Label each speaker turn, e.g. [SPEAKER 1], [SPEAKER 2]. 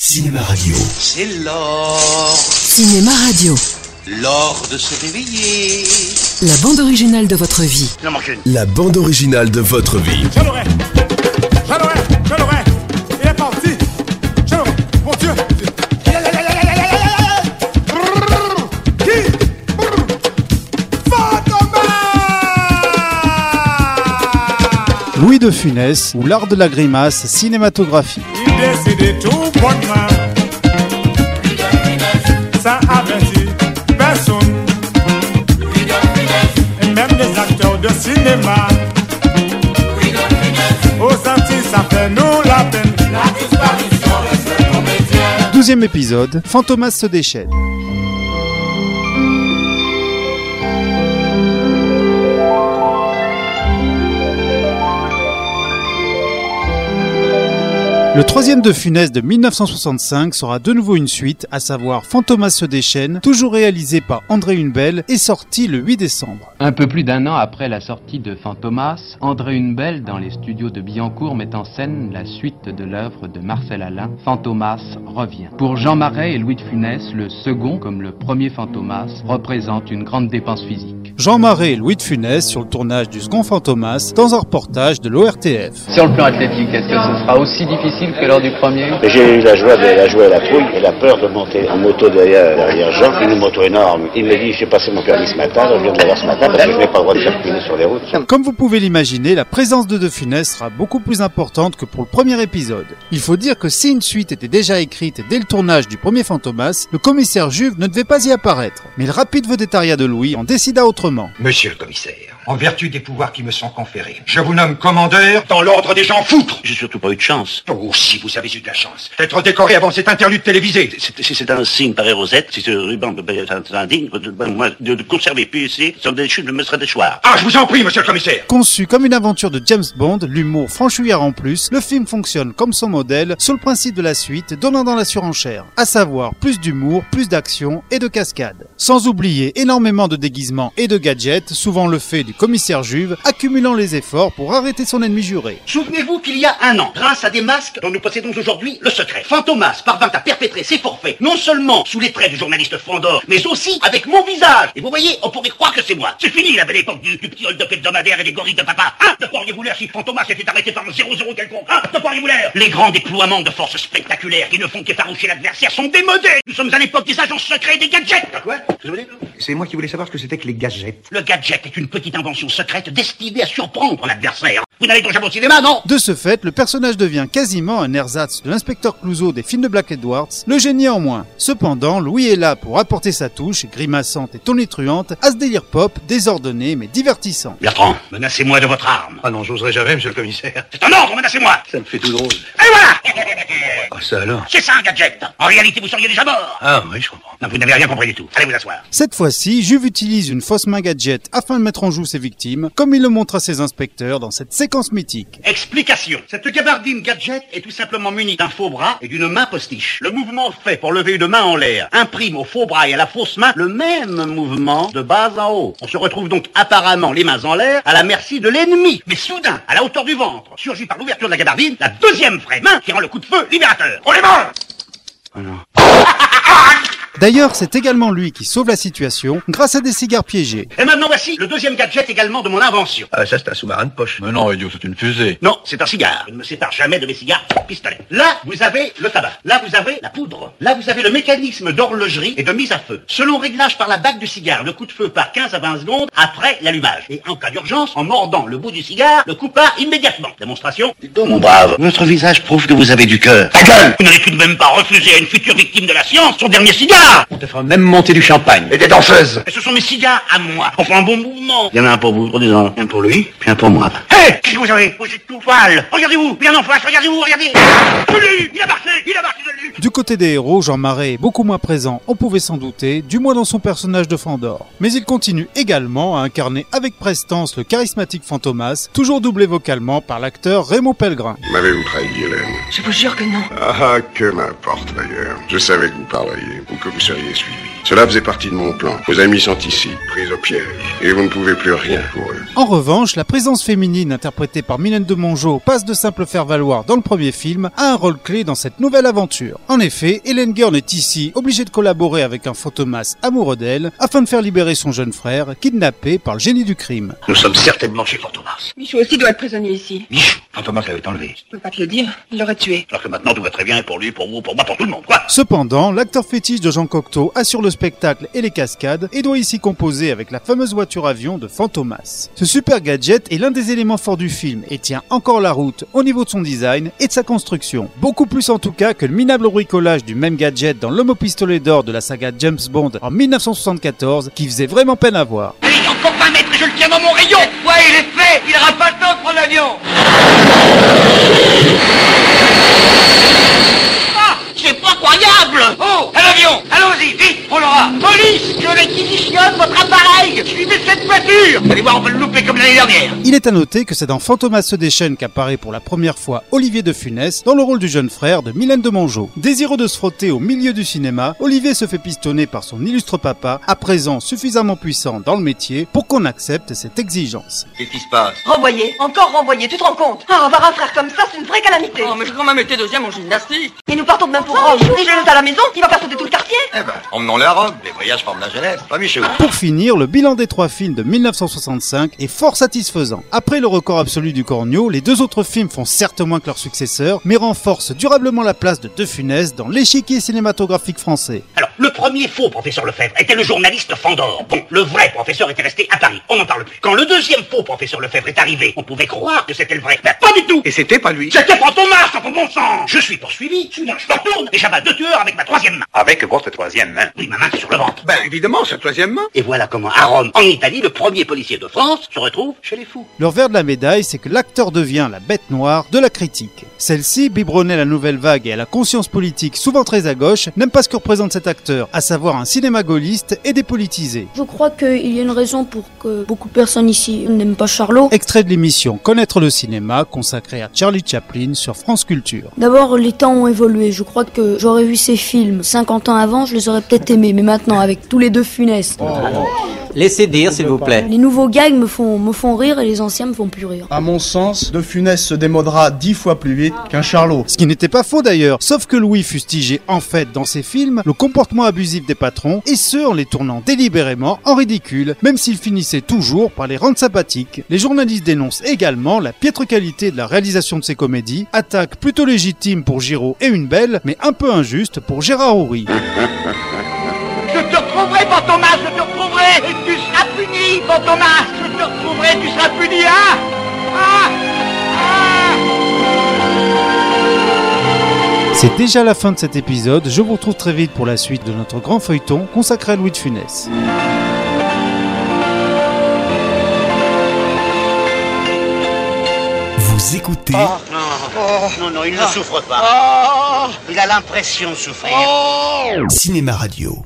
[SPEAKER 1] Cinéma Radio.
[SPEAKER 2] C'est l'or,
[SPEAKER 3] Cinéma Radio,
[SPEAKER 2] l'or de se réveiller.
[SPEAKER 3] la bande originale de votre vie.
[SPEAKER 2] Il en manque une.
[SPEAKER 1] La bande originale de votre vie.
[SPEAKER 4] Je l'aurai Je l'aurai Je l'aurai Il est parti Je l'aurai Mon Dieu Qui Fantomas
[SPEAKER 5] Louis de Funès ou l'art de la grimace cinématographie.
[SPEAKER 4] Il décide tout bonnement Sans avertir personne Et même les acteurs de cinéma Aux Antilles, ça fait nous la peine
[SPEAKER 5] Douzième épisode, Fantomas se déchaîne. Le troisième de Funès de 1965 sera de nouveau une suite, à savoir Fantomas se déchaîne, toujours réalisé par André Hunebelle et sorti le 8 décembre.
[SPEAKER 6] Un peu plus d'un an après la sortie de Fantomas, André Hunebelle, dans les studios de Billancourt, met en scène la suite de l'œuvre de Marcel Alain, Fantomas revient. Pour Jean Marais et Louis de Funès, le second, comme le premier Fantomas, représente une grande dépense physique.
[SPEAKER 5] Jean Marais et Louis de Funès sur le tournage du second Fantomas dans un reportage de l'ORTF.
[SPEAKER 6] Sur le plan athlétique, est-ce que ce sera aussi difficile que lors du premier
[SPEAKER 7] Mais J'ai eu la joie de la jouer à la trouille et la peur de monter en moto derrière, derrière Jean, une moto énorme. Il me dit, j'ai passé mon permis ce matin, je viens de l'avoir ce matin parce que je n'ai pas le droit de circuler sur les routes.
[SPEAKER 5] Comme vous pouvez l'imaginer, la présence de De Funès sera beaucoup plus importante que pour le premier épisode. Il faut dire que si une suite était déjà écrite dès le tournage du premier Fantomas, le commissaire Juve ne devait pas y apparaître. Mais le rapide vedettariat de Louis en décida autrement.
[SPEAKER 8] Monsieur le commissaire, en vertu des pouvoirs qui me sont conférés, je vous nomme commandeur dans l'ordre des gens foutres.
[SPEAKER 2] J'ai surtout pas eu de chance.
[SPEAKER 8] Oh, si vous avez eu de la chance d'être décoré avant cet interlude télévisé.
[SPEAKER 2] C'est- Si c'est un signe par Rosette, si ce ruban peut être un- un digne, de- de- moi, de le conserver puis ici, sans déchu de me serait déchoir.
[SPEAKER 8] Ah, je vous en prie, monsieur le commissaire.
[SPEAKER 5] Conçu comme une aventure de James Bond, l'humour franchouillard en plus, le film fonctionne comme son modèle, sur le principe de la suite, donnant dans la surenchère, à savoir plus d'humour, plus d'action et de cascade. Sans oublier énormément de déguisements et de gadgets, souvent le fait du commissaire Juve, accumulant les efforts pour arrêter son ennemi juré.
[SPEAKER 2] Souvenez-vous qu'il y a un an, grâce à des masques dont nous possédons aujourd'hui le secret, Fantomas parvint à perpétrer ses forfaits, non seulement sous les traits du journaliste Fandor, mais aussi avec mon visage. Et vous voyez, on pourrait croire que c'est moi. C'est fini la belle époque du, du petit hold-up hebdomadaire et des gorilles de papa. Hein De croiriez-vous l'air si Fantomas était arrêté par un 0-0 quelconque Hein De croiriez-vous l'air Les grands déploiements de forces spectaculaires qui ne font qu'effaroucher l'adversaire sont démodés. Nous sommes à l'époque des agences secrets et des gadgets. Quoi
[SPEAKER 8] C'est moi qui voulais savoir ce que c'était que les gadgets.
[SPEAKER 2] Le gadget est une petite invention secrète destinée à surprendre l'adversaire. Vous n'allez donc jamais au cinéma, non
[SPEAKER 5] De ce fait, le personnage devient quasiment un ersatz de l'inspecteur Clouseau des films de Black Edwards, le génie en moins. Cependant, Louis est là pour apporter sa touche, grimaçante et tonitruante, à ce délire pop, désordonné mais divertissant.
[SPEAKER 2] Bertrand, menacez-moi de votre arme.
[SPEAKER 8] Ah non, j'oserais jamais, monsieur le commissaire.
[SPEAKER 2] C'est un ordre, menacez-moi
[SPEAKER 8] Ça me fait tout drôle.
[SPEAKER 2] Et voilà
[SPEAKER 8] Ah, ça alors
[SPEAKER 2] C'est ça un gadget En réalité, vous seriez déjà mort
[SPEAKER 8] Ah oui, je comprends.
[SPEAKER 2] Non, vous n'avez rien compris du tout. Allez vous asseoir.
[SPEAKER 5] Cette fois-ci, Juve utilise une fausse main gadget afin de mettre en joue ses victimes, comme il le montre à ses inspecteurs dans cette séquence mythique.
[SPEAKER 2] Explication. Cette gabardine gadget est tout simplement munie d'un faux bras et d'une main postiche. Le mouvement fait pour lever une main en l'air imprime au faux bras et à la fausse main le même mouvement de bas en haut. On se retrouve donc apparemment les mains en l'air à la merci de l'ennemi. Mais soudain, à la hauteur du ventre, surgit par l'ouverture de la gabardine la deuxième vraie main qui rend le coup de feu libérateur. On les mort
[SPEAKER 5] D'ailleurs, c'est également lui qui sauve la situation grâce à des cigares piégés.
[SPEAKER 2] Et maintenant voici le deuxième gadget également de mon invention.
[SPEAKER 8] Ah, ça, c'est un sous-marin de poche.
[SPEAKER 9] Mais non, idiot, c'est une fusée.
[SPEAKER 2] Non, c'est un cigare. Je ne me sépare jamais de mes cigares pistolets. Là, vous avez le tabac. Là, vous avez la poudre. Là, vous avez le mécanisme d'horlogerie et de mise à feu. Selon réglage par la bague du cigare, le coup de feu par 15 à 20 secondes après l'allumage. Et en cas d'urgence, en mordant le bout du cigare, le coup part immédiatement. Démonstration Dites donc, mon brave, votre visage prouve que vous avez du cœur. Ta gueule Vous n'allez tout de même pas refuser à une future victime de la science son dernier cigare
[SPEAKER 8] On te fera même monter du champagne. Et des danseuses
[SPEAKER 2] Et ce sont mes cigares à moi. On fait un bon mouvement. Il y en a un pour vous, prenez-en. Un pour lui, puis un pour moi. Hé Qu'est-ce que vous avez Vous êtes tout pâle Regardez-vous Bien en face, regardez-vous, regardez Je l'ai eu Il a marché Il a marché, je l'ai eu
[SPEAKER 5] Du côté des héros, Jean Marais est beaucoup moins présent, on pouvait s'en douter, du moins dans son personnage de Fandor. Mais il continue également à incarner avec prestance le charismatique Fantomas, toujours doublé vocalement par l'acteur Raymond Pellegrin.
[SPEAKER 10] M'avez-vous trahi, Hélène
[SPEAKER 3] Je vous jure que non.
[SPEAKER 10] Ah, que m'importe d'ailleurs. Je savais que vous parleriez ou que vous seriez suivi.
[SPEAKER 9] Cela faisait partie de mon plan. Vos amis sont ici, pris au piège, et vous ne pouvez plus rien pour eux.
[SPEAKER 5] En revanche, la présence féminine interprétée par Mylène de Mongeau passe de simple faire-valoir dans le premier film à un rôle clé dans cette nouvelle aventure. En effet, Hélène Guern est ici obligée de collaborer avec un fantomas amoureux d'elle afin de faire libérer son jeune frère kidnappé par le génie du crime.
[SPEAKER 2] Nous sommes certainement chez Fantomas.
[SPEAKER 10] Michou aussi doit être prisonnier ici.
[SPEAKER 2] Michou, Fantomas l'avait enlevé.
[SPEAKER 10] Je peux pas te le dire. Il l'aurait tué.
[SPEAKER 2] Alors que maintenant tout va très bien pour lui, pour vous, pour moi, pour tout le monde, quoi.
[SPEAKER 5] Cependant, l'acteur fétiche de Jean Cocteau assure le spectacle et les cascades et doit ici composer avec la fameuse voiture-avion de Fantomas. Ce super gadget est l'un des éléments forts du film et tient encore la route au niveau de son design et de sa construction. Beaucoup plus en tout cas que le minable bricolage du même gadget dans L'homme au pistolet d'or de la saga James Bond en 1974 qui faisait vraiment peine à voir.
[SPEAKER 2] Allez, encore 20 mètres et je le tiens dans mon rayon Ouais, il est fait Il aura pas le temps de prendre l'avion Ah C'est pas croyable Oh À l'avion Allons-y, vite, on l'aura Police Je réquisitionne votre appareil Suivez cette voiture Allez voir, on va le louper comme l'année dernière
[SPEAKER 5] Il est à noter que c'est dans Fantomas se déchaîne qu'apparaît pour la première fois Olivier de Funès dans le rôle du jeune frère de Mylène de Mongeau. Désireux de se frotter au milieu du cinéma, Olivier se fait pistonner par son illustre papa, à présent suffisamment puissant dans le métier pour qu'on accepte cette exigence.
[SPEAKER 2] Qu'est-ce qui se passe
[SPEAKER 10] Renvoyé. Encore renvoyé. Tu te rends compte Ah, avoir un frère comme ça, c'est une vraie calamité.
[SPEAKER 11] Oh, mais j'ai quand même été deuxième en gymnastique.
[SPEAKER 10] Et nous partons demain pour Rome. Et je le à la maison. Il va faire sauter tout le quartier.
[SPEAKER 2] Eh ben, emmenons-le à Rome. Les voyages forment la jeunesse, pas Michou
[SPEAKER 5] Pour finir, le bilan des trois films de 1965 est fort satisfaisant. Après le record absolu du Cornio, les deux autres films font certes moins que leurs successeurs, mais renforcent durablement la place de De Funès dans l'échiquier cinématographique français.
[SPEAKER 2] Alors, le premier faux professeur Lefebvre était le journaliste Fandor. Bon, le vrai professeur était resté à Paris, on n'en parle plus. Quand le deuxième faux professeur Lefebvre est arrivé, on pouvait croire que c'était le vrai. Mais pas du tout
[SPEAKER 8] Et c'était pas lui.
[SPEAKER 2] C'était Fantomas, ça pour bon sang Je suis poursuivi, soudain je me retourne et j'abats deux tueurs avec ma troisième main.
[SPEAKER 8] Avec votre troisième main.
[SPEAKER 2] Oui, ma main est sur le ventre.
[SPEAKER 8] Ben évidemment, sa troisième main.
[SPEAKER 2] Et voilà comment, à Rome, en Italie, le premier policier de France se retrouve chez les fous.
[SPEAKER 5] Leur verre de la médaille, c'est que l'acteur devient la bête noire de la critique. Celle-ci, biberonnée à la nouvelle vague et à la conscience politique souvent très à gauche, n'aime pas ce que représente cet acteur, à savoir un cinéma gaulliste et dépolitisé.
[SPEAKER 12] Je crois qu'il y a une raison pour que beaucoup de personnes ici n'aiment pas Charlot.
[SPEAKER 5] Extrait de l'émission Connaître le cinéma, consacrée à Charlie Chaplin sur France Culture.
[SPEAKER 12] D'abord, les temps ont évolué. Je crois que j'aurais vu ces films 50 ans avant, je les aurais peut-être aimés. Mais maintenant, avec tous les deux funestes,
[SPEAKER 13] Laissez dire, s'il vous plaît.
[SPEAKER 12] les nouveaux gags me font, me font rire et les anciens me font plus rire.
[SPEAKER 14] À mon sens, De Funès se démodera dix fois plus vite qu'un Charlot.
[SPEAKER 5] Ce qui n'était pas faux d'ailleurs, sauf que Louis fustigeait en fait dans ses films le comportement abusif des patrons, et ce en les tournant délibérément en ridicule, même s'ils finissaient toujours par les rendre sympathiques. Les journalistes dénoncent également la piètre qualité de la réalisation de ces comédies, attaque plutôt légitime pour Giraud et une belle, mais un peu injuste pour Gérard Houry.
[SPEAKER 2] Je te retrouverai, Fantomas, je te retrouverai Et tu seras puni, Fantomas Je te retrouverai, tu seras puni, hein Ah Ah
[SPEAKER 5] C'est déjà la fin de cet épisode, je vous retrouve très vite pour la suite de notre grand feuilleton consacré à Louis de Funès.
[SPEAKER 1] Vous écoutez
[SPEAKER 2] Non, non,
[SPEAKER 8] Ah.
[SPEAKER 2] Oh, non, il ne souffre pas. Il a l'impression de souffrir.
[SPEAKER 1] Cinéma Radio.